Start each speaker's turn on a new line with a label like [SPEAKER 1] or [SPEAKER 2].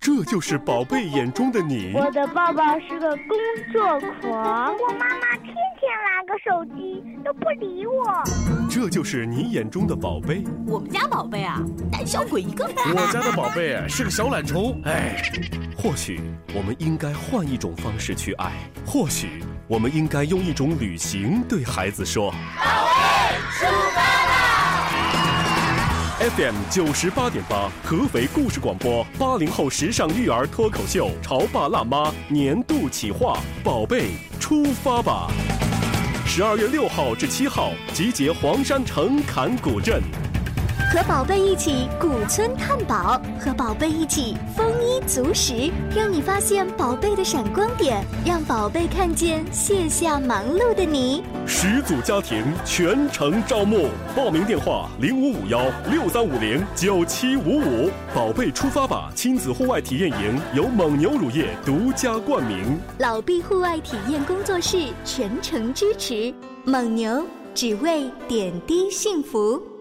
[SPEAKER 1] 这就是宝贝眼中的
[SPEAKER 2] 嗯
[SPEAKER 1] 你。
[SPEAKER 3] 我的抱抱是个工作狂，
[SPEAKER 4] 我妈妈天天拿个手机都不理我。
[SPEAKER 1] 这就是你眼中的宝贝。
[SPEAKER 5] 我们家宝贝啊，胆小鬼一个。
[SPEAKER 6] 我家的宝贝是个小懒虫，哎，
[SPEAKER 1] 或许我们应该换一种方式去爱，或许我们应该用一种旅行对孩子说。FM 九十八点八，合肥故事广播八零后时尚育儿脱口秀《潮爸辣妈》年度企划，宝贝，出发吧！十二月六号至七号，集结黄山城坎古镇，
[SPEAKER 2] 和宝贝一起古村探宝，和宝贝一起丰衣足食，让你发现宝贝的闪光点，让宝贝看见卸下忙碌的你。
[SPEAKER 1] 十组家庭全程招募，报名电话零五五幺六三五零九七五五。宝贝出发吧！亲子户外体验营由蒙牛乳业独家冠名。
[SPEAKER 2] 老毕户外体验工作室全程支持，蒙牛只为点滴幸福。